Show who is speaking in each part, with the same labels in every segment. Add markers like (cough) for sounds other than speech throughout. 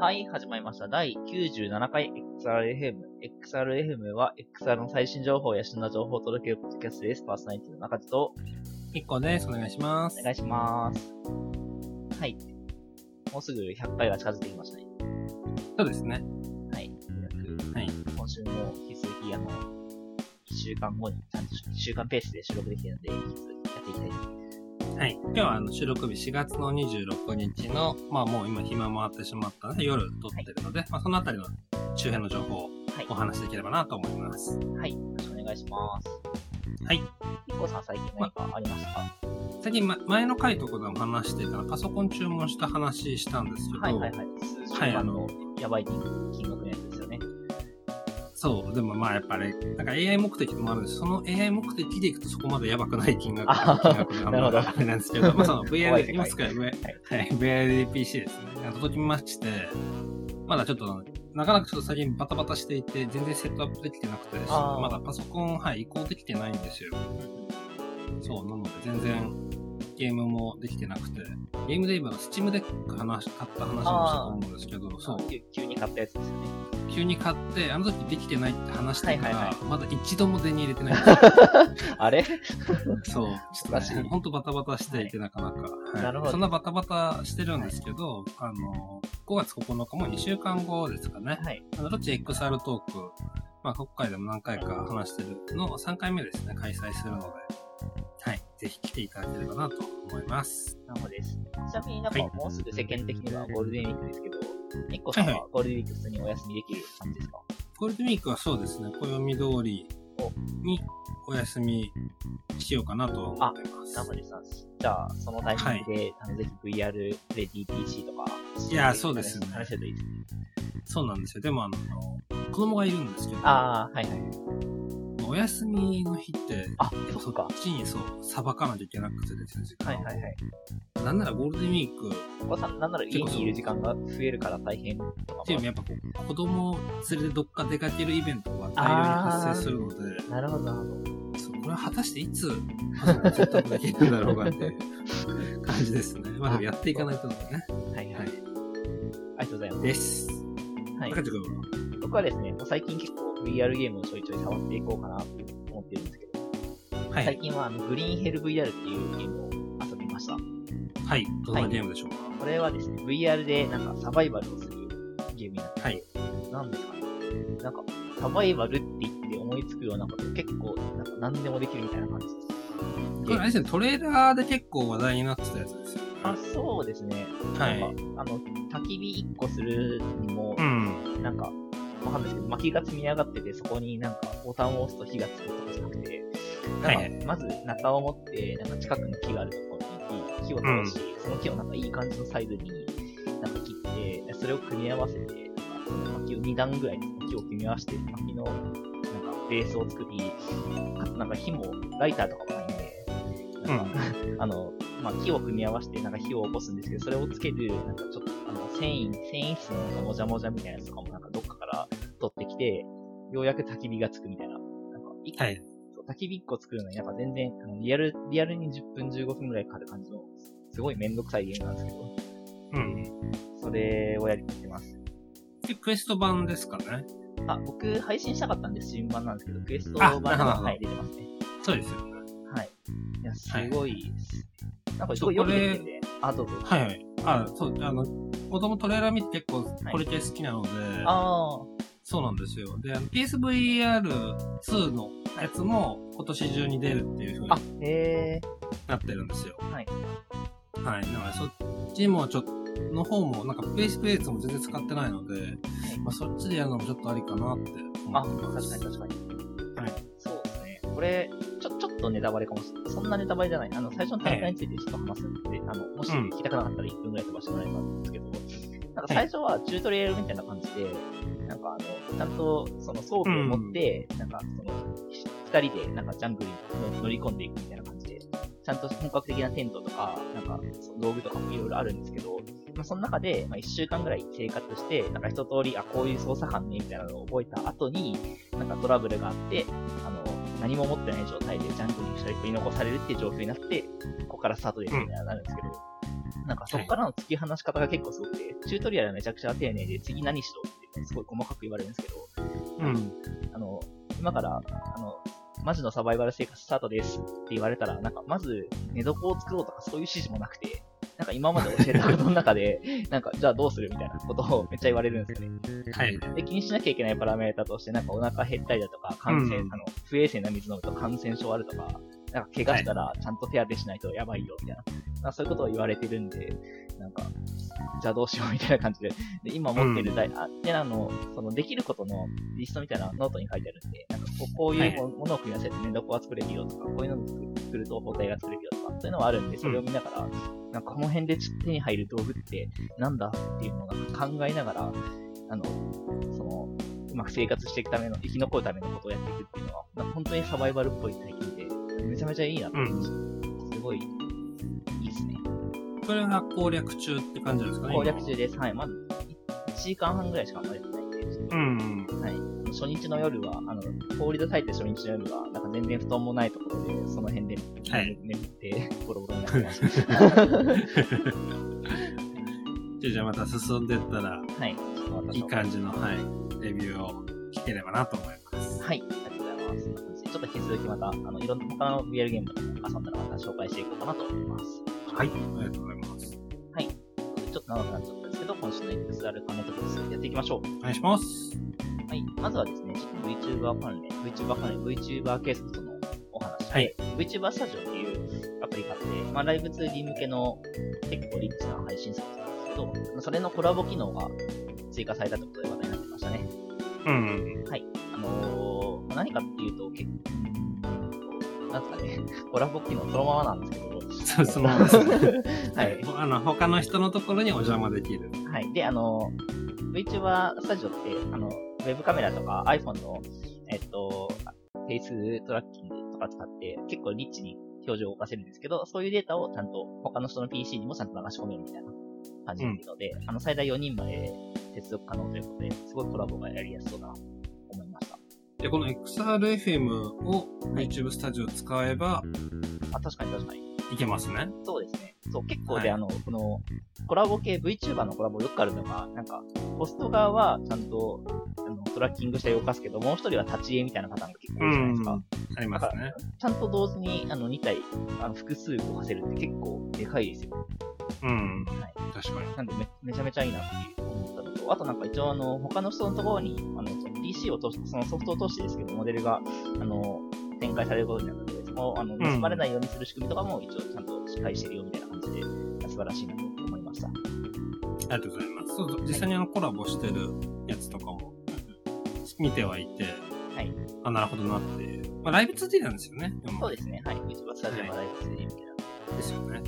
Speaker 1: はい、始まりました。第97回 XRFM。XRFM は XR の最新情報や旬な情報を届けるポッドキャストです。パーソナリティの中地と、
Speaker 2: 一個です。お願いします。
Speaker 1: お願いします。はい。もうすぐ100回が近づいてきましたね。
Speaker 2: そうですね。
Speaker 1: はい。
Speaker 2: はい、
Speaker 1: 今週も引き続き、あの、1週間後に、ちゃんと1週間ペースで収録できてるので、引き続きやっていきたいです。
Speaker 2: はい、今日はあの収録日4月の26日の、まあ、もう今暇もあってしまったので夜撮ってるので、はい、まあ、そのあたりの周辺の情報をお話しできればなと思います。
Speaker 1: はい、よろしくお願いします。
Speaker 2: はい。
Speaker 1: いこさん最近何かありますか、
Speaker 2: ま、最近、ま、前の回とかでも話してたパソコン注文した話したんですけど、はい
Speaker 1: はいはい。はい、あの、やばい金額のやつですよね。
Speaker 2: そう、でもまあやっぱり、なんか AI 目的もあるんですその AI 目的でいくとそこまでやばくない金額金額があんまりなんですけど、まあそ (laughs) の VR、今使える、はい、VRPC ですね。届きまして、まだちょっと、なかなかちょっと最近バタバタしていて、全然セットアップできてなくて、まだパソコン、はい、移行できてないんですよ。そう、なので全然ゲームもできてなくて、ゲームで今、スチームデック話、買った話もしたと思うんですけど、そう。
Speaker 1: 急に買ったやつですよね。
Speaker 2: 急に買って、あの時できてないって話してから、はいはいはい、まだ一度も手に入れ (laughs) てない
Speaker 1: あれ
Speaker 2: そう、ちょっと、ね、ほんとバタバタしていて、なかなか、はいはいな。そんなバタバタしてるんですけど、あの、5月9日も2週間後ですかね。はい。あの、ロッチ XR トーク、まあ、国会でも何回か話してるのを3回目ですね、開催するので。はい。ぜひ来ていただければなと思います。
Speaker 1: なのです。ちなみになんかもうすぐ世間的にはゴールデンウィークですけど、一個さんはゴールデンウィーク普通にお休みできる感じですか
Speaker 2: ゴールデンウィークはそうですね、暦通りにお休みしようかなと思ってます。
Speaker 1: なのでさ、じゃあそのタイミングで、はい、あのぜひ VR で DPC とか、
Speaker 2: いや、そうですね。
Speaker 1: 話せるといいですね。
Speaker 2: そうなんですよ。でもあの、子供がいるんですけど、
Speaker 1: ああ、はいはい。
Speaker 2: お休みの日って、
Speaker 1: あ、そっか。
Speaker 2: そっちにそう、さばかなきゃいけなくてですね、時
Speaker 1: 間はいはいはい。
Speaker 2: なんならゴールデンウィーク。
Speaker 1: お子さん、なんなら家にいる時間が増えるから大変
Speaker 2: っていうのやっぱこう、子供連れてどっか出かけるイベントが大量に発生するので。
Speaker 1: なるほど、なるほど。
Speaker 2: これは果たしていつ、説得できるんだろうかって
Speaker 1: (laughs)
Speaker 2: いう感じですね。まあでもやっていかないとね。
Speaker 1: はいはい。はい、ありがとうございます。
Speaker 2: です。はい。
Speaker 1: 僕はですね、最近結構 VR ゲームをちょいちょい触っていこうかなと思ってるんですけど、はい、最近はあのグリーンヘル VR っていうゲームを遊びました。、
Speaker 2: はい、どんなゲームでしょうか、はい
Speaker 1: これはですね、VR でなんかサバイバルをするゲームになって、はい、なんですかね、なんかサバイバルって言って思いつくようなこと結構なんか何でもできるみたいな感じです。
Speaker 2: これあれですね、トレーラーで結構話題になってたやつですよね。
Speaker 1: あ、そうですね。はい。あの、焚き火1個するにも、うん、なんか、わかんないですけど、薪が積み上がってて、そこになんかボタンを押すと火がつくとかじゃなくて、なんかまず中を持って、なんか近くの木があるところに行き、木を倒し、その木をなんかいい感じのサイズになんか切って、それを組み合わせて、なんかその薪を2段ぐらい木を組み合わせて、薪のなんかベースを作り、あとなんか火もライターとかもないんで、なんか、うん (laughs) 、あの、まあ、木を組み合わせてなんか火を起こすんですけど、それをつける、なんかちょっとあの繊維、繊維質のなんかもじゃもじゃみたいなやつとかもなんかどっかから取ってきて、ようやく焚き火がつくみたいな。なんか、
Speaker 2: 一個、はい、
Speaker 1: 焚き火1個作るのになんか全然、あのリアル、リアルに10分15分くらいかかる感じの、すごいめんどくさいゲームなんですけど。
Speaker 2: うん。
Speaker 1: それをやりきってます。
Speaker 2: で、クエスト版ですかね
Speaker 1: あ、僕、配信したかったんで、新版なんですけど、クエスト版が、はい、出てますね。
Speaker 2: そうですよね。
Speaker 1: はい。いや、すごいです。はい、なんか、すごいよく出てるね。あ、どうぞ。
Speaker 2: はいはい。あ、そう、あの、子供トレーラー見て結構、これ系好きなので、はい、
Speaker 1: ああ。
Speaker 2: そうなんですよ。で、PSVR2 のやつも今年中に出るっていうふうになってるんですよ。
Speaker 1: はい。。
Speaker 2: はい。だからそっちもちょっと、の方も、なんか PSVR2 も全然使ってないので、はい、まあそっちでやるのもちょっとありかなって思ってます
Speaker 1: あ、確かに確
Speaker 2: かに。はい。
Speaker 1: そうですね。これ、ちょ、ちょっとネタバレかもしれない。そんなネタバレじゃない。あの、最初の大会についてちょっと話すんで、はい、あの、もし聞きたくなかったら1分ぐらい飛ばしてもらえばいいんですけど、なんか最初はチュートリアルみたいな感じで、なんかあの、ちゃんとその装備を持って、うん、なんかその、二人でなんかジャングルに乗り込んでいくみたいな感じで、ちゃんと本格的なテントとか、なんか道具とかもいろいろあるんですけど、まあ、その中で、まあ、一週間ぐらい生活して、なんか一通り、あ、こういう操作班ね、みたいなのを覚えた後に、なんかトラブルがあって、あの、何も持ってない状態でジャングルに一人取り残されるっていう状況になって、ここからスタートですみたいななるんですけど、なんかそこからの突き放し方が結構すごくて、チュートリアルはめちゃくちゃ丁寧で、次何しろってすごい細かく言われるんですけど、
Speaker 2: うん。
Speaker 1: あの、今から、あの、マジのサバイバル生活スタートですって言われたら、なんかまず寝床を作ろうとかそういう指示もなくて、なんか今まで教えたことの中で、なんかじゃあどうするみたいなことをめっちゃ言われるんですよね。
Speaker 2: はい。
Speaker 1: で、気にしなきゃいけないパラメータとして、なんかお腹減ったりだとか、感染、
Speaker 2: うん
Speaker 1: あの、不衛生な水飲むと感染症あるとか、なんか怪我したらちゃんと手当てしないとやばいよ、みたいな。まあそういうことを言われてるんで、なんか、じゃあどうしようみたいな感じで、で今持ってる台、あ、で、あの、そのできることのリストみたいなノートに書いてあるんで、なんかこうこういうもものを組み合わせてね、どこが作れるよとか、こういうのを作ると包帯が作れるよとか、そういうのはあるんで、それを見ながら、なんかこの辺で手に入る道具ってなんだっていうのをなんか考えながら、あの、その、うまく生活していくための、生き残るためのことをやっていくっていうのは、なんか本当にサバイバルっぽい体験で、めちゃめちゃいいなと思いました。すごい、いいですね。
Speaker 2: それは攻略中って感じですかね。
Speaker 1: 攻略中です。はい。まず、1時間半ぐらいしかあんまりやってないんで、
Speaker 2: 今。うん。
Speaker 1: はい。初日の夜は、あの、氷で炊いて初日の夜は、なんか全然布団もないところで、その辺で
Speaker 2: はい
Speaker 1: 眠って、ボロボロになってまし
Speaker 2: (laughs) じゃあじゃあまた進んでった
Speaker 1: た。
Speaker 2: ら、
Speaker 1: はい。
Speaker 2: いい感じの、はい、レビューを聞ければなと思います。
Speaker 1: はい、ありがとうございます。ちょっと引き続きまた、あの、いろんな他の VR ゲームとか遊んだらまた紹介していこうかなと思います。
Speaker 2: はい。ありがとうございます。
Speaker 1: ちょっと長くなっちゃったんですけど、今週の XR カメトリックスやっていきましょ
Speaker 2: お願いします。
Speaker 1: う。はい、まずはですね、ちょっと VTuber 関連、VTuber 関連、VTuber 警察のお話で、
Speaker 2: はい、
Speaker 1: VTuber スタジオっていうアプリがあって、まあ、ライブ 2D 向けの結構リッチな配信サイトなんですけど、まあそれのコラボ機能が追加されたってことで話題になってましたね。
Speaker 2: うん。
Speaker 1: あのー、何かっていうと、結構、 (laughs) なんですかね、コラボ機能そのままなんですけど、
Speaker 2: そうそのままですね。
Speaker 1: (laughs) は
Speaker 2: (laughs) はい
Speaker 1: い。。
Speaker 2: あの、他の人のところにお邪魔できる。
Speaker 1: はい。で、あの、VTuber スタジオって、あの、ウェブカメラとか iPhone の、えっと、フェイストラッキングとか使って、結構リッチに表情を動かせるんですけど、そういうデータをちゃんと他の人の PC にもちゃんと流し込めるみたいな感じなので、あの、最大4人まで接続可能ということで、すごいコラボがやりやすそうだなと思いました。
Speaker 2: で、この XRFM を YouTube スタジオ使えば
Speaker 1: あ、確かに確かに。
Speaker 2: いけますね。
Speaker 1: そうですね。そう、結構で、
Speaker 2: はい
Speaker 1: あの、この、コラボ系 VTuber のコラボよくあるのが、なんか、ホスト側はちゃんと、あの、トラッキングして動かすけど、もう一人は立ち絵みたいなパターンが結構多いじゃないですか。
Speaker 2: ありますね。
Speaker 1: ちゃんと同時に、あの、2体、あの、複数動かせるって結構でかいですよね。
Speaker 2: うん。
Speaker 1: はい。
Speaker 2: 確かに。
Speaker 1: なんでめ、めちゃめちゃいいなっていう思ったのと、あとなんか一応あの、他の人のところに、あの、その PC を通して、そのソフトを通してですけど、モデルが、あの、展開されることになるので、そこを、あの、
Speaker 2: ん
Speaker 1: 盗まれないようにする仕組みとかも一応ちゃんとしっかりしてるよみたいな感じで、素晴らしいなと思いました。
Speaker 2: ありがとうございます。そうそう、実際にあのコラボしてるやつとかも見てはいて、
Speaker 1: はい
Speaker 2: あ、なるほどなっていう。まあ、ライブ 2D なんですよね。でも
Speaker 1: そうですね、はい。一番スタジオが大好きで、みたいな。
Speaker 2: ですよね。。
Speaker 1: はい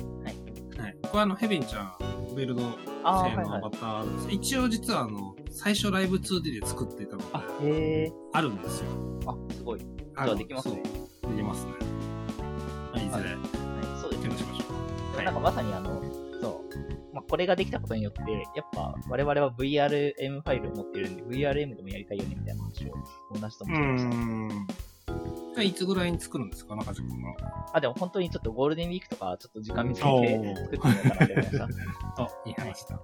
Speaker 2: はい。僕はあの、ヘビンちゃん、ビルド
Speaker 1: ああ
Speaker 2: 製
Speaker 1: ー、はい
Speaker 2: の
Speaker 1: は
Speaker 2: ア
Speaker 1: い
Speaker 2: バ。ターあるんです、一応実はあの、最初ライブ 2D で作っていたのが
Speaker 1: あ、へえ。
Speaker 2: あるんですよ。
Speaker 1: あ、すごい。じ
Speaker 2: あ
Speaker 1: ゃ
Speaker 2: の
Speaker 1: あできますね。。
Speaker 2: そうできますね。はい、いずれ、
Speaker 1: はい、そうですね
Speaker 2: 検討しましょう。はい
Speaker 1: なんか。まさにあの、そう、まあ、これができたことによって、やっぱ我々は VRM ファイルを持ってるんで、VRM でもやりたいよねみたいな話を同じと
Speaker 2: う
Speaker 1: 思ってました。
Speaker 2: ーん。いつぐらいに作るんですか中地君は。
Speaker 1: あ、でも本当にちょっとゴールデンウィークとか、ちょっと時間見つけ
Speaker 2: お
Speaker 1: て
Speaker 2: ー
Speaker 1: 作ってみようかなって思いま
Speaker 2: (laughs)
Speaker 1: した。
Speaker 2: あ、いい話だ。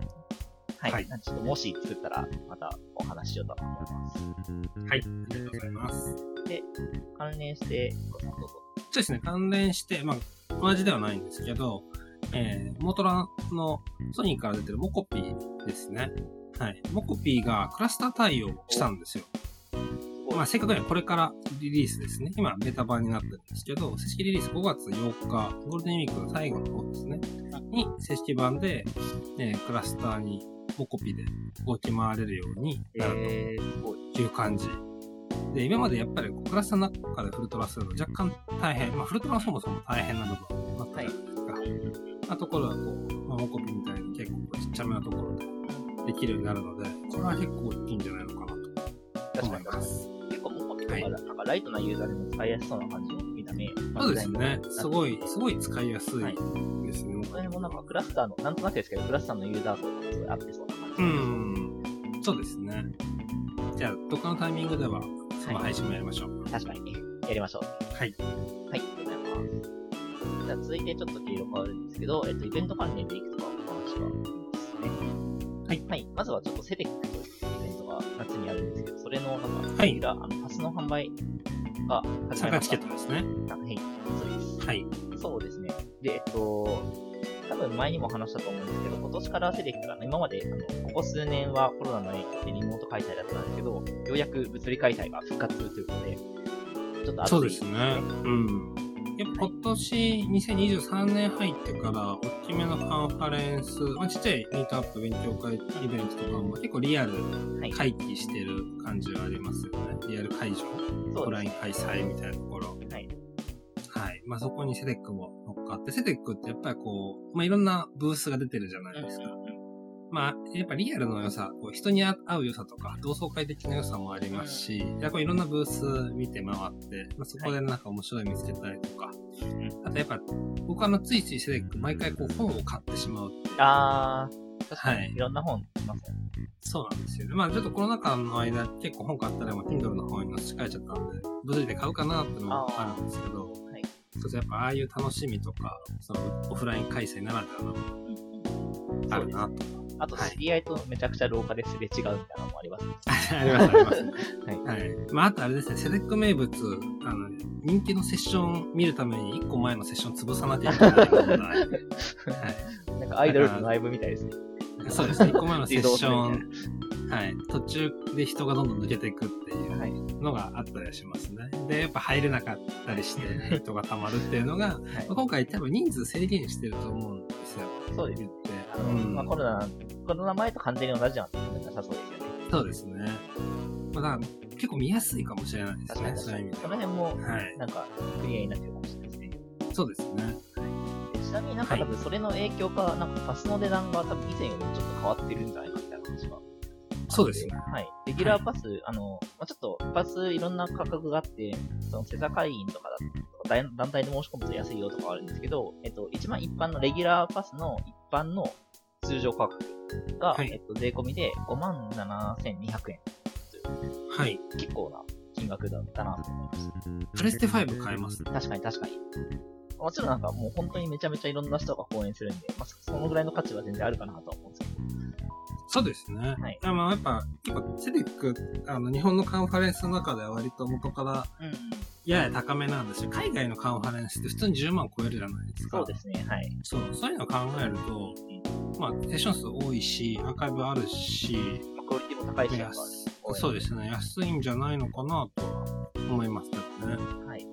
Speaker 1: はい。
Speaker 2: はい
Speaker 1: なんでちょっともし作ったら、またお話ししようと思います。
Speaker 2: はい。ありがとうございます。
Speaker 1: 関連して、どうぞどうぞ。
Speaker 2: そうですね、関連して、まあ、同じではないんですけど、えー、モトラのソニーから出てるモコピーですね。はい。モコピーがクラスター対応したんですよ。まあ、正確にはこれからリリースですね。今、ベータ版になってるんですけど、正式リリース5月8日、ゴールデンウィークの最後の方ですね。に、正式版で、えークラスターにモコピーで動き回れるようになると
Speaker 1: えー、すごい。
Speaker 2: っていう感じ。で、今までやっぱりこうクラスターの中でフルトラするの若干大変。まあ、フルトラはそもそも大変な部分だったじゃないですか。まあところはこう、まあ、モコピみたいに結構ちっちゃめなところでできるようになるので、これは結構大きいんじゃないのかなと
Speaker 1: 確
Speaker 2: 思
Speaker 1: か
Speaker 2: い
Speaker 1: に確
Speaker 2: ま
Speaker 1: かに。
Speaker 2: す。
Speaker 1: 結構もうコピーとか、
Speaker 2: はい
Speaker 1: なんかライトなユーザーでも使いやすそうな感じの見た目。
Speaker 2: そうですね。
Speaker 1: す
Speaker 2: す
Speaker 1: ごい
Speaker 2: ごい、すごい使いやすい
Speaker 1: はい
Speaker 2: ですね。
Speaker 1: これもなんかクラスターの、なんとなくですけど、クラスターのユーザー層がすごいあってそうな感じ。
Speaker 2: うん。そうですね。じゃあ、どっかのタイミングでは、その配信もやりましょう。
Speaker 1: 確かに。やりましょう。
Speaker 2: はい。
Speaker 1: はい、ありがとうございます。じゃあ続いてちょっと黄色変わるんですけど、えっと、イベント関連でいくつかおか。ですね。はい。はい。まずはちょっとセテックというイベントが夏にあるんですけど、それの、なんか、はい。あの、パスの販売が
Speaker 2: 始まりました。チケットですね。
Speaker 1: はい。そうです。
Speaker 2: はい。
Speaker 1: そうですね。で、えっと、多分前にも話したと思うんですけど、今年からセデックが、ね、今まで、あの、ここ数年はコロナの影響でリモート開催だったんですけど、ようやく物理開催が復活ということで、
Speaker 2: ちょっとそうですね。うん。で、今年、2023年入ってから、大きめのカンファレンス、まあ、ちっちゃいミートアップ勉強会イベントとかも結構リアル回帰してる感じはありますよね。リアル会場、オフライン開催みたいなところ。
Speaker 1: はい。
Speaker 2: はい。まあ、そこにセテックも乗っかって、セテックってやっぱりこう、まあ、いろんなブースが出てるじゃないですか。まあ、やっぱリアルの良さ、こう人に合う良さとか、同窓会的な良さもありますし、やっぱいろんなブース見て回って、まあ、そこでなんか面白い見つけたりとか、はい、あとやっぱ、僕あの、ついついセレック、毎回こう本を買ってしまう。
Speaker 1: あー、確かに、はい、いろんな本ありますね。
Speaker 2: そうなんですよ、ね。まあ、ちょっとコロナ禍の間、結構本買ったら、まあ、Kindle の方に乗し替えちゃったんで、物理で買うかなってのもあるんですけど、はい、そうやっぱああいう楽しみとか、そのオフライン開催ならではの、あるなと。
Speaker 1: あと、知り合いとめちゃくちゃ廊下ですれ違うみたいなのもありますね。。
Speaker 2: あります、あります。 (laughs) はい。はい。まあ、あとあれですね、セレック名物、あの、人気のセッション見るために1個前のセッション潰さなきゃいけないはい
Speaker 1: なんかアイドルのライブみたいですね。
Speaker 2: そう (laughs) ですね、1個前のセッション、はい。途中で人がどんどん抜けていくっていうのがあったりしますね。はい、で、やっぱ入れなかったりして、 (laughs) 人が溜まるっていうのが、はい、今回多分人数制限してると思うんですよ。
Speaker 1: そうですね。あの、うん、まあ、コロナ、コロナ前と完全に同じなんでなさそうですよね。
Speaker 2: そうですね。まあ、だから結構見やすいかもしれないですね、そういう意味で。
Speaker 1: その辺も、はい、なんか、クリアになってるかもしれないですね。
Speaker 2: そうですね。
Speaker 1: はい、ちなみになんか多分それの影響か、はい、なんかパスの値段が多分以前よりもちょっと変わってるんじゃないかみたいな話が。
Speaker 2: そうですね。
Speaker 1: はい。レギュラーパス、はい、あの、まあ、ちょっと、パスいろんな価格があって、その、セザ会員とかだと、団体で申し込むと安いよとかあるんですけど、えっと、一番一般のレギュラーパスの一般の通常価格が、はい、えっと、税込みで5万7200円という。
Speaker 2: はい。。
Speaker 1: 結構な金額だったなと思いました
Speaker 2: プレステ5買えます
Speaker 1: 確かに確かに。もちろんなんかもう本当にめちゃめちゃいろんな人が講演するんで、まあ、そのぐらいの価値は全然あるかなと思うんですけど。
Speaker 2: そうですね。はい。あまあ、やっぱ、結構、セレック、あの、日本のカンファレンスの中では割と元から、やや高めなんだし、うん、海外のカンファレンスって普通に10万超えるじゃないですか。
Speaker 1: そうですね、はい。
Speaker 2: そう、そういうのを考えると、まあ、セッション数多いし、アーカイブあるし、
Speaker 1: まあ、クオリティも高いし、
Speaker 2: そうですね、安いんじゃないのかなとは思いますけどね。
Speaker 1: はい。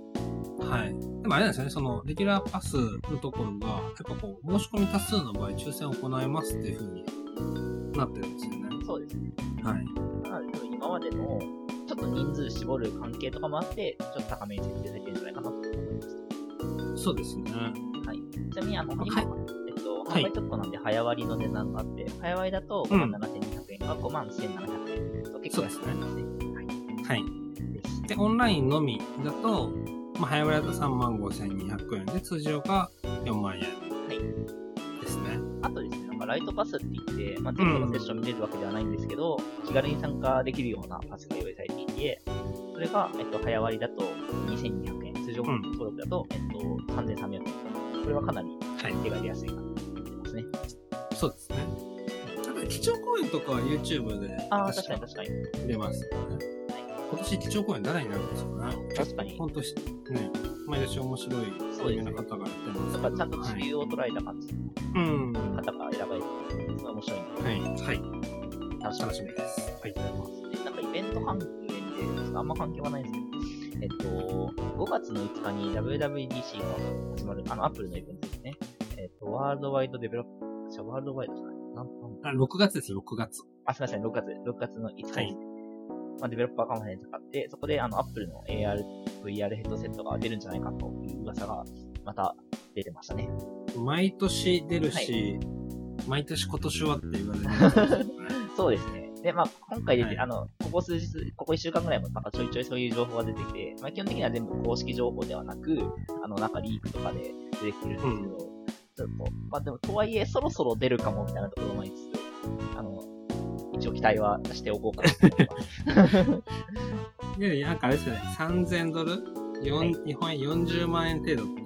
Speaker 2: はい。でもあれなんですよね、その、レギュラーパスのところが、やっぱこう、申し込み多数の場合、抽選を行いますっていうふうになってるんですよね。
Speaker 1: そうですね。
Speaker 2: はい。。
Speaker 1: なので、今までの、ちょっと人数絞る関係とかもあって、ちょっと高めに設定できるんじゃないかなと思います
Speaker 2: そうですね。
Speaker 1: はい。ちなみに、あの、今、はい、えっと、販売直後なんで、早割りの値段があって、はい、早割りだと5万7200円が5万1700円と結構安くなりますね。
Speaker 2: すねはい。はい。で、オンラインのみだと、まあ、早割りだと3万5200円で、通常が4万
Speaker 1: は
Speaker 2: 円。
Speaker 1: い。
Speaker 2: ですね。。
Speaker 1: あとですね、なんかライトパスって言って、まあ、全部のセッション見れるわけではないんですけど、うん、気軽に参加できるようなパスが用意されていて、それが、えっと、早割りだと2200円、通常登録だと、うん、えっと、3300円。これはかなり手が出やすいかなと思ってますね、はい
Speaker 2: そうですね。なんか基調講演とかは YouTube で
Speaker 1: あ確かに確かに
Speaker 2: 出ますよね。今年基調講演誰になるんですかね
Speaker 1: 確かに。
Speaker 2: 本当ね、毎年面白
Speaker 1: そ
Speaker 2: い
Speaker 1: うです、ね、
Speaker 2: 有名な方がやって
Speaker 1: ます。だからちゃんと地球を捉えた感じ。はい
Speaker 2: うん、
Speaker 1: 方が選ばれてるのが面白いので、、
Speaker 2: はい。はい
Speaker 1: 楽しみです。
Speaker 2: はい。
Speaker 1: なんかイベント関係で、あんま関係はないんですけど、えっと、5月の5日に WWDC が始まる、あの、アップルのイベントですね。えっと、ワールドワイドデベロップ、じゃワールドワイドじゃない。
Speaker 2: なん6月ですよ、6月。
Speaker 1: あ、すみません、6月、6月の5日です、ね。はいまあ、デベロッパーカンファレンスがあって、そこで、あの、アップルの AR、VR ヘッドセットが出るんじゃないかという噂が、また出てましたね。
Speaker 2: 毎年出るし、はい、毎年今年はって言われる。
Speaker 1: そうですね。で、まあ、今回出て、はい、あの、ここ数日、ここ1週間ぐらいも、なんかちょいちょいそういう情報が出てきて、まあ、基本的には全部公式情報ではなく、あの、なんかリークとかで出てきてるんですけど、うん、ちょっと、まあでも、とはいえ、そろそろ出るかも、みたいなところもありつつ、あの、一応期待はしておこうかなと思います。いや、
Speaker 2: なんかあれですね、3000ドル、はい、日本円40万円程度って、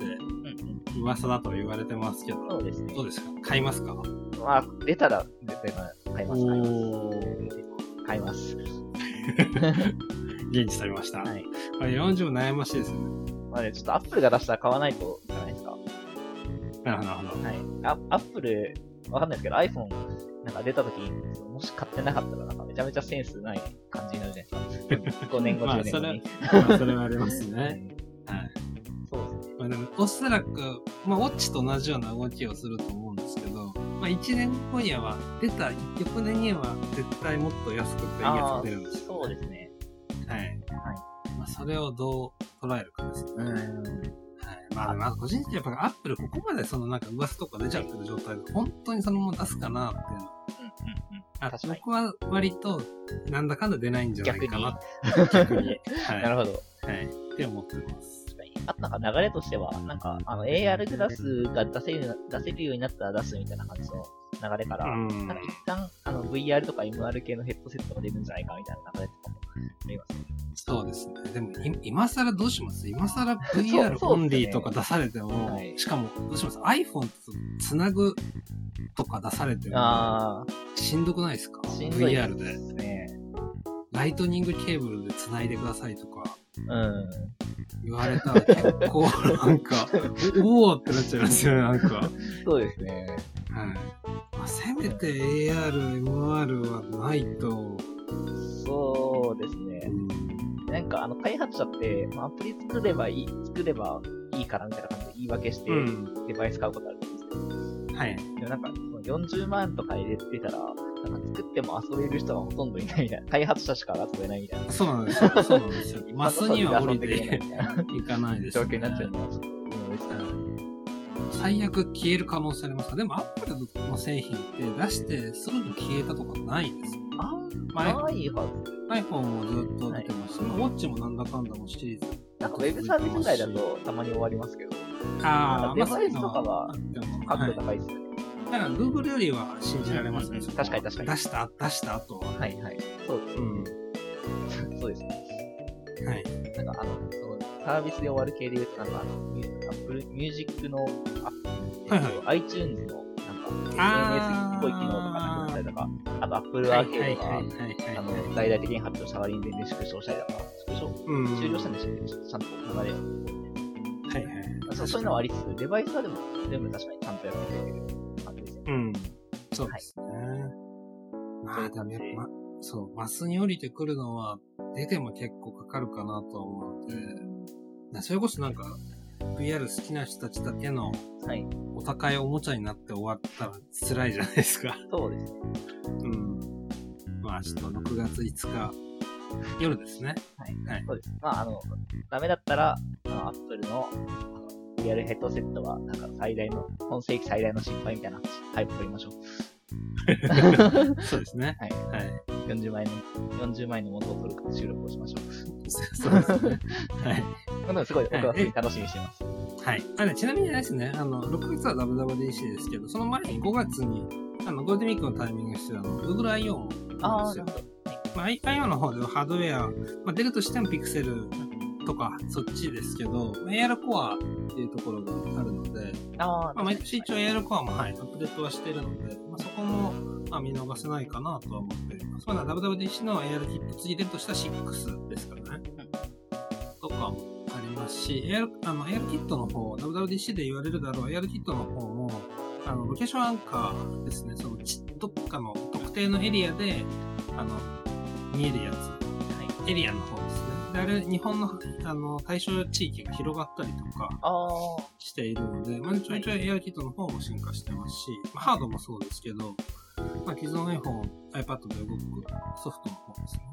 Speaker 2: 噂だと言われてますけど、
Speaker 1: そうですね。
Speaker 2: どうですか買いますか
Speaker 1: まあ、出たら、絶対買います。買います買います。
Speaker 2: 現地されました。
Speaker 1: はい。
Speaker 2: これ40も悩ましいですよね。
Speaker 1: まあね、ちょっとアップルが出したら買わないとじゃないですか。
Speaker 2: なるほど、なるほど。
Speaker 1: はい。あアップル、わかんないですけど、iPhone なんか出た時に、もし買ってなかったら、なんかめちゃめちゃセンスない感じになるじゃないですか。5年後、10年後に。
Speaker 2: (laughs) まあ、それはあります
Speaker 1: (laughs)
Speaker 2: ね。はい。
Speaker 1: そうですね。
Speaker 2: まあ、でも、おそらく、まあ、ウォッチと同じような動きをすると思うんですけど、まあ、1年後には、出た翌年には、絶対もっと安くていいやつが出るんです
Speaker 1: よ。そうですね。
Speaker 2: はい。はい。まあ、それをどう捉えるかですね。うんまあ、まあ、個人的にやっぱアップルここまでそのなんか噂とか出ちゃってる状態で本当にそのまま出すかなっていうの。あ僕は割となんだかんだ出ないんじゃないかな
Speaker 1: 逆に。逆にはい、なるほど。
Speaker 2: はい。って思ってます。
Speaker 1: あとなんか流れとしては、なんか、あの、AR グラスが出せる、出せるようになったら出すみたいな感じの流れから、うん、なんか一旦、あの、VR とか MR 系のヘッドセットが出るんじゃないかみたいな流れとかもありますね。
Speaker 2: そうですね。でも、今更どうします今更 VR オンリーとか出されても、ねはい、しかも、どうします ?iPhone とつなぐとか出されても、しんどくないですか
Speaker 1: しんどい
Speaker 2: です、ね、?VR で。ライトニングケーブルで繋いでくださいとか、言われたら結構なん
Speaker 1: (laughs)
Speaker 2: か、おおってなっちゃいますよね、なんか。
Speaker 1: そうですね。
Speaker 2: はい。まあ、せめて AR、MR はないと。
Speaker 1: そうですね。なんかあの開発者って、まあ、アプリ作ればいい、作ればいいからみたいな感じで言い訳して、デバイス買うことあるんですけど。
Speaker 2: うん、はい。
Speaker 1: でもなんか、40万とか入れてたら、なんか作っても遊べる人はほとんどいないみたいな。開発者しか遊べないみたいな。
Speaker 2: そうなんですよ。そうな
Speaker 1: (laughs)
Speaker 2: んですよ。マスには降りていかないです、
Speaker 1: ね、状況になっちゃうのは、ちょっと思いつかない。
Speaker 2: 最悪消える可能性ありますかでも、アップルの製品って出してすぐに消えたとかないですよ。
Speaker 1: あんまないはず。
Speaker 2: iPhone もずっと出てますし、ウォッチもなんだかんだのシリーズ。
Speaker 1: なんかウェブサービス内だとたまに終わりますけど。
Speaker 2: ああ、
Speaker 1: デバイスとかは確度高いですよね。
Speaker 2: だから Google よりは信じられますね。
Speaker 1: 確かに確かに。
Speaker 2: 出した、出した後は。
Speaker 1: はいはい。そうです。うん、そうですね。
Speaker 2: はい。
Speaker 1: なんかあの、サービスで終わる系で言うと、なんかあの、Apple Music の、、
Speaker 2: はいはい
Speaker 1: iTunes のなんか SNS っぽい機能とかなくなったりとか、あと Apple Arcade が、あの、大々的に発表した割に全然縮小したりとか、縮小、うん、終了したんでしたけど、ちゃんと流れ
Speaker 2: を。はいはい。
Speaker 1: そうそういうのはありつつ、デバイスはでも全部確かにちゃんとやってくれてる。
Speaker 2: うん。そうですね。はい、まあ、でもやっぱ、そう、マスに降りてくるのは、出ても結構かかるかなと思うので、うん、それこそなんか、VR 好きな人たちだけの、お高いおもちゃになって終わったら辛いじゃないですか。
Speaker 1: そうですね。
Speaker 2: うん。まあ、ちょっと6月5日、夜ですね。
Speaker 1: はい。はい、そうです。まあ、あの、ダメだったら、アップルの VR ヘッドセットは、なんか最大の、今世紀最大の失敗みたいなタイプ取りましょう。
Speaker 2: (laughs) そうですね。
Speaker 1: はい。はい、40万円の、40万円の元を取る収録をしましょ
Speaker 2: う。 (laughs) そうですね。はい。
Speaker 1: まあ、でもすごい、僕は楽しみにしてます。
Speaker 2: はい。あれ、ちなみにですね、あの、6月は WWDC ですけど、その前に5月に、あの、ゴールデンウィークのタイミングしてたの、Google I.O. も
Speaker 1: あるんですよ。
Speaker 2: まあ、I.O. の方ではハードウェア、まあ、出るとしてもピクセルとか、そっちですけど、AR コアっていうところがあるので、
Speaker 1: あ
Speaker 2: まあ、毎年一応 AR コアも、はい、アップデートはしてるので、まあ、そこも、まあ、見逃せないかなとは思っています。まだ WWDC の AR キット次出るとしたら6ですからね。とかもありますし、AR, あの AR キットの方、WWDC で言われるだろう AR キットの方も、あのロケーションアンカーですね、そのどっかの特定のエリアで、あの、見えるやつ、はい、エリアの方ですね。あれ、日本のあの対象地域が広がったりとかしているので、まあ、ちょいちょい AR キットの方も進化してますし、まあ、ハードもそうですけど、まあ、既存 iPhone、iPad で動くソフトの方ですね。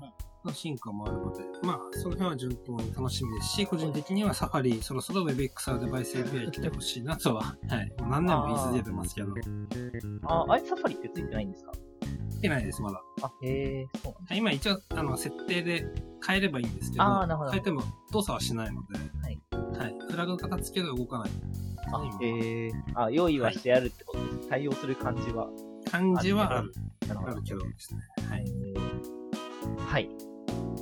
Speaker 2: の進化もあるので、まあ、その辺は順当に楽しみですし、個人的にはサファリ、そろそろ WebX はデバイス API 来てほしいなとは、はい、もう何年も言い続けてますけど。
Speaker 1: あ、あいつサファリってついてないんですか
Speaker 2: てないです、まだ。
Speaker 1: あ、へえ、そう
Speaker 2: 今一応、あの、設定で変えればいいんですけど、
Speaker 1: あなるほど
Speaker 2: 変えても動作はしないので、
Speaker 1: はい。
Speaker 2: はい。フラグの形付けで動かない。
Speaker 1: あ、へえ。あ、用意はしてあるってことです。対応する感じは。
Speaker 2: 感じはある。
Speaker 1: なるほど。
Speaker 2: あるけどですね。はい。
Speaker 1: はい。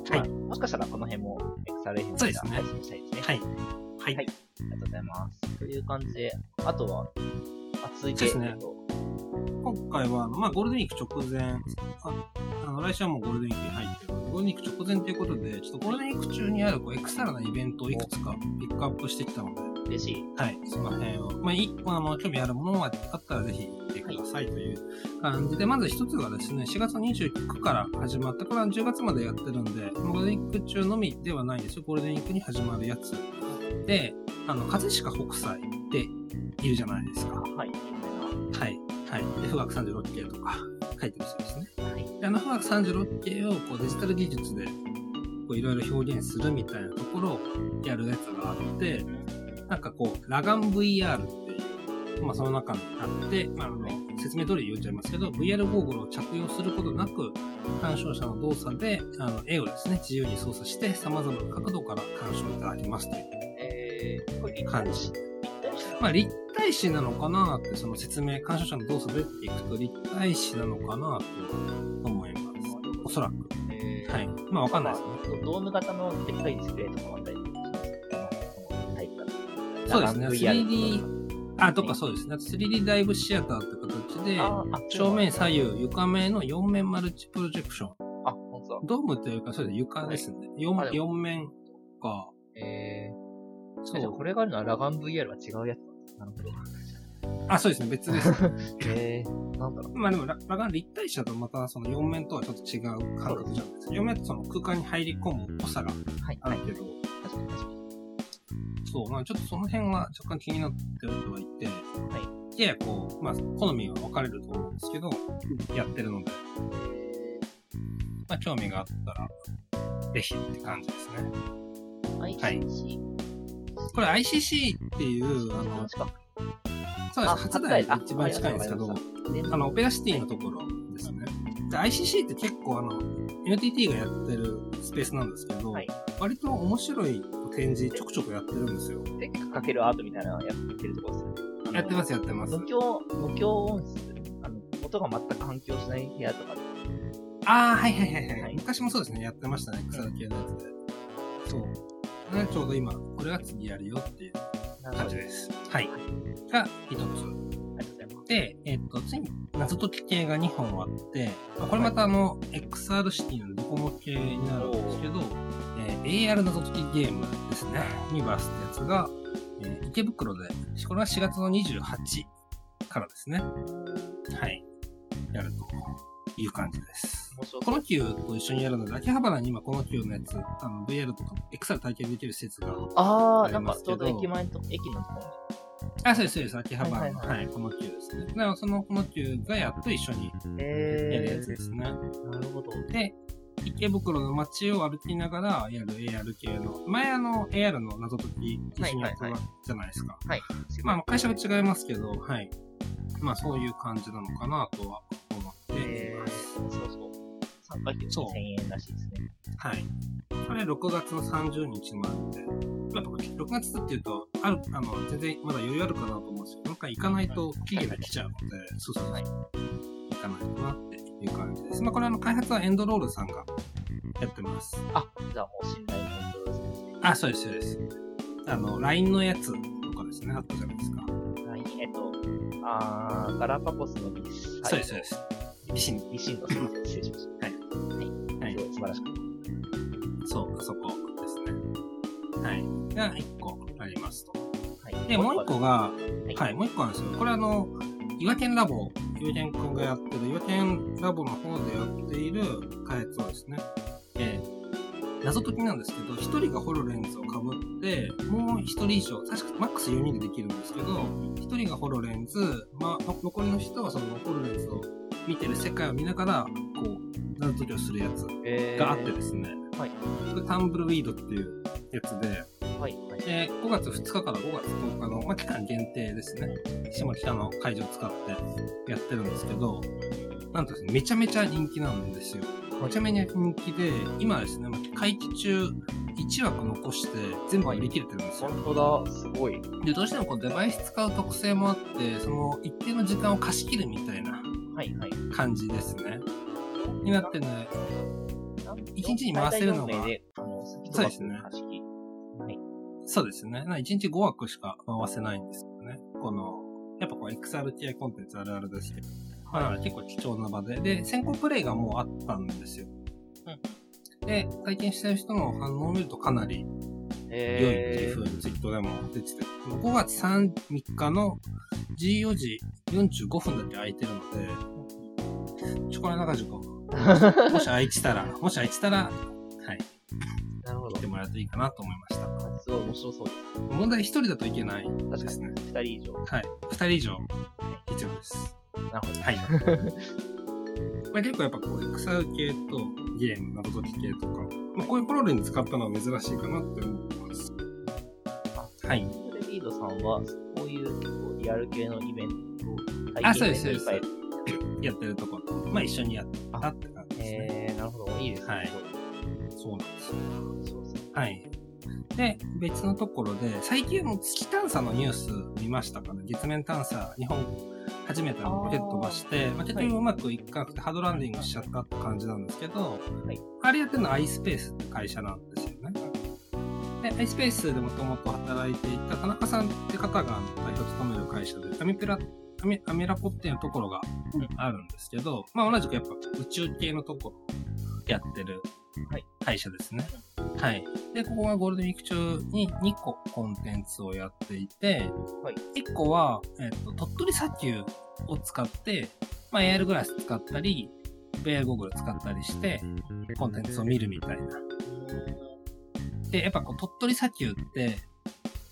Speaker 2: はい。
Speaker 1: もしかしたらこの辺も XRF
Speaker 2: そうですね。
Speaker 1: 配信したいですね。
Speaker 2: はい。はい。
Speaker 1: はい。ありがとうございます。という感じで、あとは、あ続いて、
Speaker 2: ですね今回は、まあ、ゴールデンウィーク直前、ああの来週はもうゴールデンウィークに入ってるゴールデンウィーク直前ということで、ちょっとゴールデンウィーク中にあるこうエクスタラなイベントをいくつかピックアップしてきたので、
Speaker 1: 嬉しい。
Speaker 2: はい、その辺を、まあ、一個あの、興味あるものがあったらぜひ見てくださいという感じで、まず一つがですね、4月29から始まった、これは10月までやってるんで、ゴールデンウィーク中のみではないんですよ、ゴールデンウィークに始まるやつ。で、あの、葛飾北斎っているじゃないですか。
Speaker 1: はい。
Speaker 2: はい。はい。で、富岳36系とか書いてる人ですね。はい。で、あの富岳36系をこうデジタル技術でいろいろ表現するみたいなところをやるやつがあって、なんかこう、ラガン VR っていう、まあその中にあって、まああの、説明通り言っちゃいますけど、VR ゴーグルを着用することなく、鑑賞者の動作で、あの、絵をですね、自由に操作して、様々な角度から鑑賞いただきますという。
Speaker 1: えー、これ
Speaker 2: 感じ。まあ立体視なのかなって、その説明、鑑賞者の動作出ていくと立体視なのかなと思います。おそらく。
Speaker 1: え
Speaker 2: ー、はい。まあわかんないですね。
Speaker 1: まあ、ドーム型のでっかいディスプレイとかは大丈夫
Speaker 2: そうですね。3D、あ、とかそうですね。3D ダイブシアターって形で、正面左右床面の4面マルチプロジェクション。
Speaker 1: あ、本当
Speaker 2: ドームというか、そうです床ですね。はい、4, 4面とか。
Speaker 1: えー、そう。これがあるのはラガン VR は違うやつなんです
Speaker 2: なるほど。あ、そうですね。別 (laughs) です。
Speaker 1: えー、なんだろう。
Speaker 2: まあでもラ、ラガン立体視だとまたその4面とはちょっと違う感覚じゃないですか。4面とその空間に入り込む濃さがあるけど。はいはい
Speaker 1: 確かに確かに
Speaker 2: そう、まあちょっとその辺は若干気になってる人がいて、はい。ややこう、まあ好みは分かれると思うんですけど、やってるので、まあ興味があったら、ぜひって感じですね。
Speaker 1: ICC? はい。
Speaker 2: これ ICC っていう、あの、そうです。初代が一番近いんですけど、あの、オペラシティのところですね。で、ICC って結構あの、NTT がやってるスペースなんですけど、はい、割と面白い展示ちょくちょくやってるんですよ。
Speaker 1: テックかけるアートみたいなのやってるとこです
Speaker 2: よね。やってます、やってます。
Speaker 1: 無響、無響音質、あの、音が全く反響しない部屋とかで。
Speaker 2: ああ、はいはいはい、はい、はい。昔もそうですね、やってましたね、草野球のやつで。うん、そう。ね、ちょうど今、これが次やるよっていう感じです。はい。が、一つ。で、えっ、ー、と、次に謎解き系が2本あって、これまたあの、XR シティのドコモ系になるんですけど、えー、AR 謎解きゲームですね。ユニバースってやつが、えー、池袋で、これは4月の28からですね。はい。やるという感じです。この球と一緒にやるので、秋葉原に今この球のやつ、あの VR とか XR 体験できる施設が
Speaker 1: ありますけど。ああ、なんかちょうど駅前と、駅のところ
Speaker 2: あ、そうです、そうです。秋葉原の、はい、この球ですね。だからそのこの球がやっと一緒にやるやつですね。
Speaker 1: えー、なるほど。
Speaker 2: で、池袋の街を歩きながらやる AR 系の、前あの AR の謎解き一緒にやったじゃないですか。、
Speaker 1: はい、はい
Speaker 2: まあ会社は違いますけど、はい。まあそういう感じなのかなとは思っています。
Speaker 1: えー、そうそう。参加費1000円らしいですね。
Speaker 2: はい。これ6月の30日まで。まあ、6月っていうと、ある、あの、全然まだ余裕あるかなと思うんですけど、なんか行かないと期限が来ちゃうので、そうそうそう。はい、行かないとなっていう感じです。まあ、これあの、開発はエンドロールさんがやってます。
Speaker 1: あ、じゃあもう信頼のエンドロール
Speaker 2: さんですね。あ、そうです、そうです。あの、LINE のやつとかですね、あったじゃないですか。
Speaker 1: LINE、えっと、あー、ガラパゴスのビ
Speaker 2: ス。そうです、そうです。
Speaker 1: ビシン。ビシンの、失礼しました。はい。はい。素晴らしかった。
Speaker 2: そう、あそこですね。はい。が1個ありますと。はい、で、もう1個が、はい、はい、もう1個なんですよ。これあの、岩県ラボ、岩県くんがやってる、岩県ラボの方でやっている開発をですね、えー、謎解きなんですけど、1人がホロレンズをかぶって、もう1人以上、確かマックス4人でできるんですけど、1人がホロレンズ、まあ、残りの人はそのホロレンズを見てる世界を見ながら、こう、謎解きをするやつがあってですね、えー
Speaker 1: はい、
Speaker 2: これタンブルウィードっていうやつで、
Speaker 1: はいはい
Speaker 2: えー、5月2日から5月10日の、まあ、期間限定ですね、下北の会場を使ってやってるんですけど、なんとですね、めちゃめちゃ人気なんですよ。めちゃめちゃ人気で、今ですね、会期中1枠残して全部売り切れてるんですよ。
Speaker 1: 本当だ、すごい。
Speaker 2: で、どうしてもこうデバイス使う特性もあって、その一定の時間を貸し切るみたいな感じですね。はいはい、になってるので、一日に回せるのが、
Speaker 1: そう
Speaker 2: ですね。
Speaker 1: はい。
Speaker 2: そうですね。な1日5枠しか回せないんですよね。この、やっぱこう XRTI コンテンツあるあるだし、まあ、結構貴重な場で。で、先行プレイがもうあったんですよ。うん、で、体験してる人の反応を見るとかなり良いっていうふうにツイートでも出てて、5月3日の14時45分だけ空いてるので、ちょこれ中塾、 (laughs) もし空いてたら、もし空いてたら、はい。
Speaker 1: なるほど。
Speaker 2: 来てもらうといいかなと思いました。
Speaker 1: すごい面白そうです。
Speaker 2: 問題一人だといけない
Speaker 1: ですね。二人以上。
Speaker 2: はい。二人以上、必要です。
Speaker 1: なるほど。
Speaker 2: はい。 (laughs) まあ結構やっぱこう、XR 系とゲーム、謎解き系とか、まあ、こういうプロレに使ったのは珍しいかなって思います。はい。
Speaker 1: それリードさんは、こういうリアル系のイベント
Speaker 2: をあ、そうです、そうです。 (laughs) やってるところ、まあ一緒にやったって感じですね。
Speaker 1: えー、なるほど。いいですね。
Speaker 2: はい。そうなんですよ。そうそうはい。で、別のところで、最近も月探査のニュース見ましたかね月面探査、日本初めてのロケット飛ばして、まあ、結局うまくいかなくてハードランディングしちゃったって感じなんですけど、はい、あれやってるのは iSpace って会社なんですよね。で、iSpace でもともと働いていた田中さんって方が代表を務める会社で、アミプラ、アミアミラポっていうところがあるんですけど、まあ同じくやっぱ宇宙系のところやってる会社ですね。はい。で、ここはゴールデンウィーク中に2個コンテンツをやっていて、はい、1個は、えっと、鳥取砂丘を使って、まあ、AR グラス使ったり、VR ゴーグル使ったりして、コンテンツを見るみたいな。で、やっぱこう、鳥取砂丘って、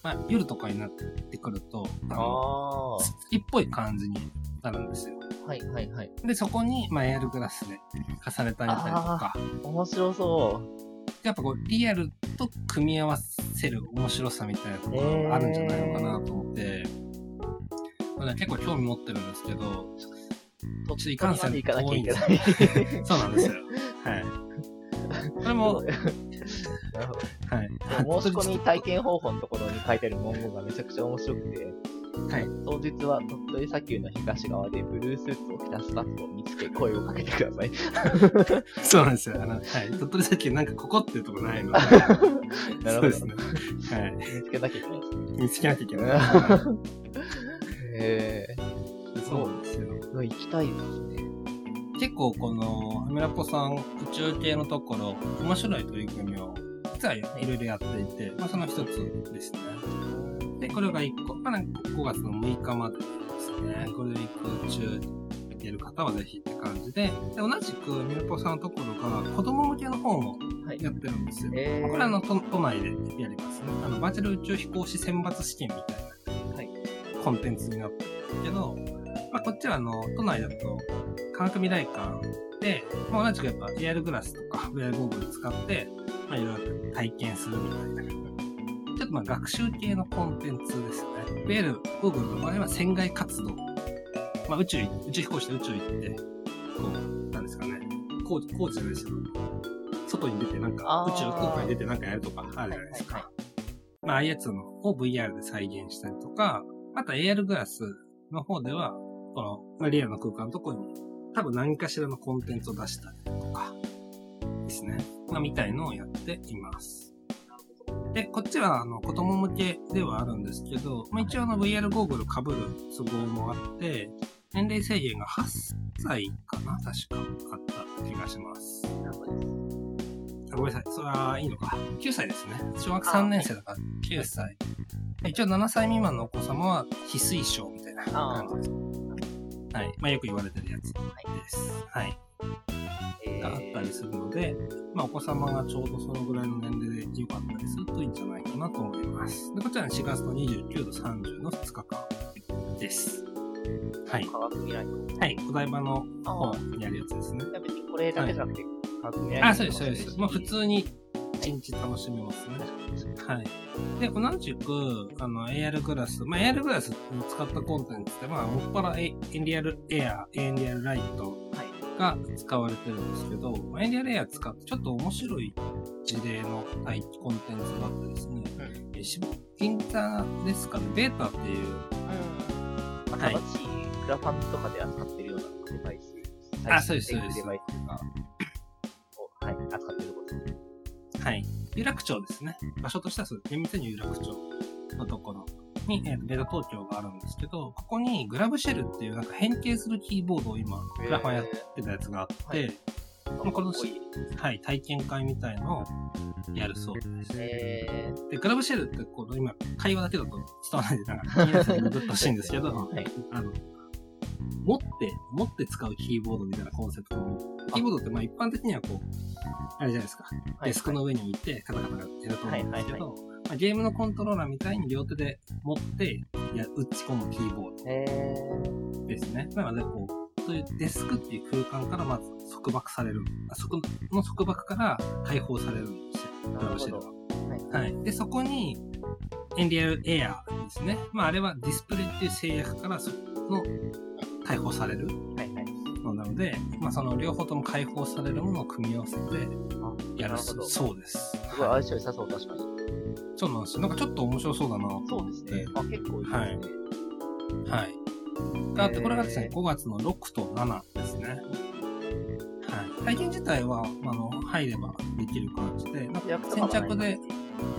Speaker 2: まあ、夜とかになってくると、あの、月っぽい感じになるんですよ。
Speaker 1: はいはいはい。
Speaker 2: で、そこに、まあ、AR グラスで重ねてあげたりとか。
Speaker 1: 面白そう。
Speaker 2: やっぱこう、リアルと組み合わせる面白さみたいなところがあるんじゃないのかなと思って、えー、結構興味持ってるんですけど、
Speaker 1: 途中いかんせん遠
Speaker 2: いんですそうなんですよ。はい。
Speaker 1: (laughs)
Speaker 2: これも、
Speaker 1: なるほど。はい。申し込み体験方法のところに書いてある文言がめちゃくちゃ面白くて、はい、当日は鳥取砂丘の東側でブルースーツを着たスタッフを見つけ声をかけてくだ
Speaker 2: (laughs)
Speaker 1: さい
Speaker 2: そうなんですよ。あのはい、鳥取砂丘なんかここっていうと
Speaker 1: (laughs)
Speaker 2: こないので。
Speaker 1: なるほど。ですね、
Speaker 2: はい、
Speaker 1: 見つけなきゃいけないですね。
Speaker 2: 見つけなきゃ
Speaker 1: (laughs)
Speaker 2: いけない。
Speaker 1: へえ
Speaker 2: ー、そうなんですよ。
Speaker 1: 行きたいですね。
Speaker 2: 結構この、アメラポさん、宇宙系のところ、面白い取り組みを、実はいろいろやっていて、まあ、その一つですね。で、これが1個。まあ、5月の6日までですね。ゴールデンウィーク中やる方はぜひって感じで。で、同じくミルポさんのところが子供向けの方もやってるんですよ。はい、えー、これあの都、都内でやりますね。あの、バーチャル宇宙飛行士選抜試験みたいな、はい、コンテンツになってるんですけど、まあ、こっちはあの、都内だと科学未来館で、まあ、同じくやっぱ AR グラスとか VR ゴーグル使って、まあ、いろいろ体験するみたいな。ちょっとまあ学習系のコンテンツですね。VR、Google の場合は船外活動。まあ宇宙、宇宙飛行士で宇宙行って、こう、なんですかね。工事、工事じゃないですけど、外に出てなんか、宇宙空間に出てなんかやるとかあるじゃないですか。まあああいうやつのを VR で再現したりとか、あと AR グラスの方では、この、まあ、リアルの空間のとこに、多分何かしらのコンテンツを出したりとか、ですね。まあみたいのをやっています。で、こっちはあの子供向けではあるんですけど、まあ、一応あの VR ゴーグル被る都合もあって、年齢制限が8歳かな確かあった気がします。ごめんなさい。それはいいのか。9歳ですね。小学3年生だから9歳。一応7歳未満のお子様は非推奨みたいな感じです。はい。まあよく言われてるやつです。はい。があったりするので、まあ、お子様がちょうどそのぐらいの年齢で良かったりするといいんじゃないかなと思います。でこちらは4月の29度30の2日間です。はい。
Speaker 1: 科学未来
Speaker 2: はい、お台場の方にあるやつですね。
Speaker 1: 別にこれだけじゃなくて、科学未
Speaker 2: 来あ、そうです、そうです。まあ、普通に1日楽しめますね。はい。で、同じく、あの、AR グラス、まあ、AR グラスを使ったコンテンツって、まあ、もっぱら AR エア、AR ライト、はいが使われてるんですけど、エンディアレイヤー使ってちょっと面白い事例の体コンテンツがあってですね、うん、渋銀座ですかね、ベータっていう、
Speaker 1: うん、新しいクラファンとかで扱ってるようなデバイス、
Speaker 2: はい、あ、そうです、そうです。
Speaker 1: デバイスが、はい、扱ってることです
Speaker 2: ね。はい。有楽町ですね。場所としてはそう厳密に有楽町のところに、えー、ベル東京があるんですけど、ここにグラブシェルっていうなんか変形するキーボードを今、グラファンやってたやつがあって、はい、この、はい、体験会みたいのをやるそうです。えー、で、グラブシェルってこの今、会話だけだと伝わらないで、なんか、皆さんにグッとしいんですけど、はい、あの、持って、持って使うキーボードみたいなコンセプトキーボードってまあ一般的にはこう、あれじゃないですか。デスクの上に置いて、カタカタやると思うんですけど、まあ、ゲームのコントローラーみたいに両手で持ってや打ち込むキーボードですね。なので、こう、そういうデスクっていう空間からまず束縛される。束の束縛から解放されるんですよ。なるほど。はい。で、そこに、エンリアルエアーですね。まあ、あれはディスプレイっていう制約からその解放されるのなので、はいはい、まあ、その両方とも解放されるものを組み合わせてやるそうです。
Speaker 1: すごい相性良さそう、確かに。
Speaker 2: そうなんですよ。なんかちょっと面白そうだな
Speaker 1: そうですね。あ、結構いいですね。
Speaker 2: はい。はい。があって、これがですね、5月の6と7ですね。はい。体験自体は、あの、入ればできる感じで、なんか先着で、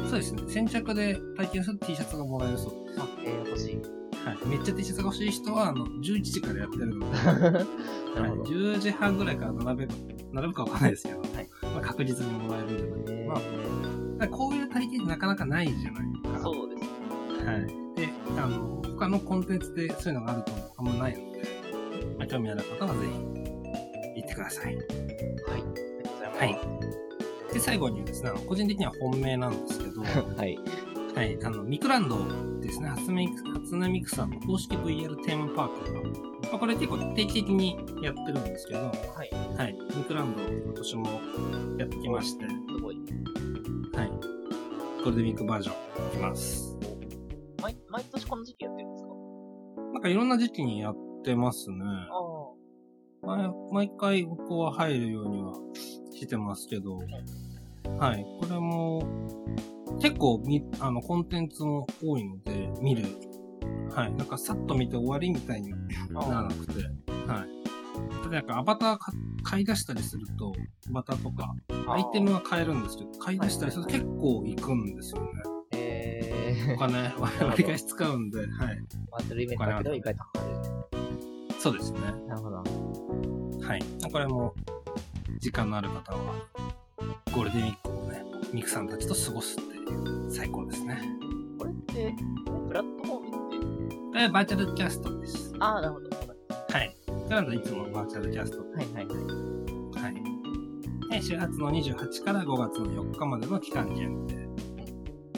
Speaker 2: そうですね、先着で体験する T シャツがもらえるそうです。
Speaker 1: あ、えー、欲しい。
Speaker 2: はい、めっちゃ T シャツが欲しい人は、あの、11時からやってるので、はい、10時半ぐらいから並べ、並ぶかわかんないですけど、はいまあ、確実にもらえるんじゃないかな。まあ、こういう体験なかなかないじゃないですか。
Speaker 1: そうです
Speaker 2: ね。はい。で、あの、他のコンテンツでそういうのがあるとあんまないので、まあ、興味ある方はぜひ行ってください。はい。
Speaker 1: はい。
Speaker 2: で、最後にですね、あの個人的には本命なんですけど、
Speaker 1: はい。。
Speaker 2: はい、あの、ミクランドですね、初音初音ミクさんの公式 VR テーマパークが、まあ、これ結構定期的にやってるんですけど、はいはい、ミクランド今年もやってきまして、
Speaker 1: すごい。
Speaker 2: はい。ゴールデンウィークバージョンいきます。
Speaker 1: 毎毎年この時期やってるんですか
Speaker 2: なんかいろんな時期にやってますね。
Speaker 1: あ
Speaker 2: あ。毎回僕は入るようにはしてますけど、はい、はい、これも、結構み、あの、コンテンツも多いので、見る。はい。なんか、さっと見て終わりみたいにならなくて。はい。ただ、なんか、アバター買い出したりすると、アバターとか、アイテムは買えるんですけど、買い出したりすると結構行くんですよね。
Speaker 1: えー、
Speaker 2: お金、割り返し使うんで、はい。
Speaker 1: マトリメントだけど、意外とかか
Speaker 2: る。そうですね。
Speaker 1: なるほど。
Speaker 2: はい。これも、時間のある方は、ゴールデンウィークをね、ミクさんたちと過ごすって最高ですね。
Speaker 1: これって、プラットフォームって
Speaker 2: これバーチャルキャストです。
Speaker 1: ああ、なるほど。
Speaker 2: はい。なので、いつもバーチャルキャスト。
Speaker 1: はいはい
Speaker 2: はい。はい。週末の28から5月の4日までの期間限定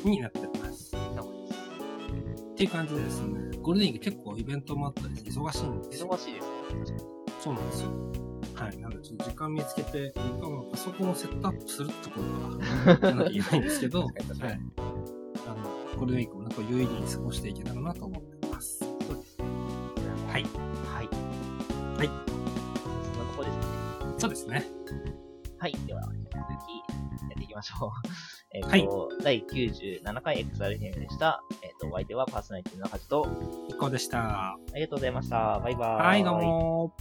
Speaker 2: になってます。っていう感じでですね、ゴールデンウィーク結構イベントもあったりして忙しいんです
Speaker 1: 忙しいですね。確かに。
Speaker 2: そうなんですよ。はい。なので、ちょっと時間見つけて、僕はパソコンをセットアップするってことから、やらなきゃいけないんですけど、はい。あの、ゴールデンウィークもなんか有意義に過ごしていけたらなと思ってま
Speaker 1: そう
Speaker 2: す。
Speaker 1: ですね。
Speaker 2: はい。
Speaker 1: はい。
Speaker 2: はい。
Speaker 1: そんなとこですね。
Speaker 2: そうですね。
Speaker 1: はい。では、引き続きやっていきましょう。えっと、はい、第97回 XRFM でした。えっ、ー、と、お相手はパーソナリティの中地と、
Speaker 2: 一行でした。あ
Speaker 1: りがとうございました。バイバーイ。
Speaker 2: はい、どうも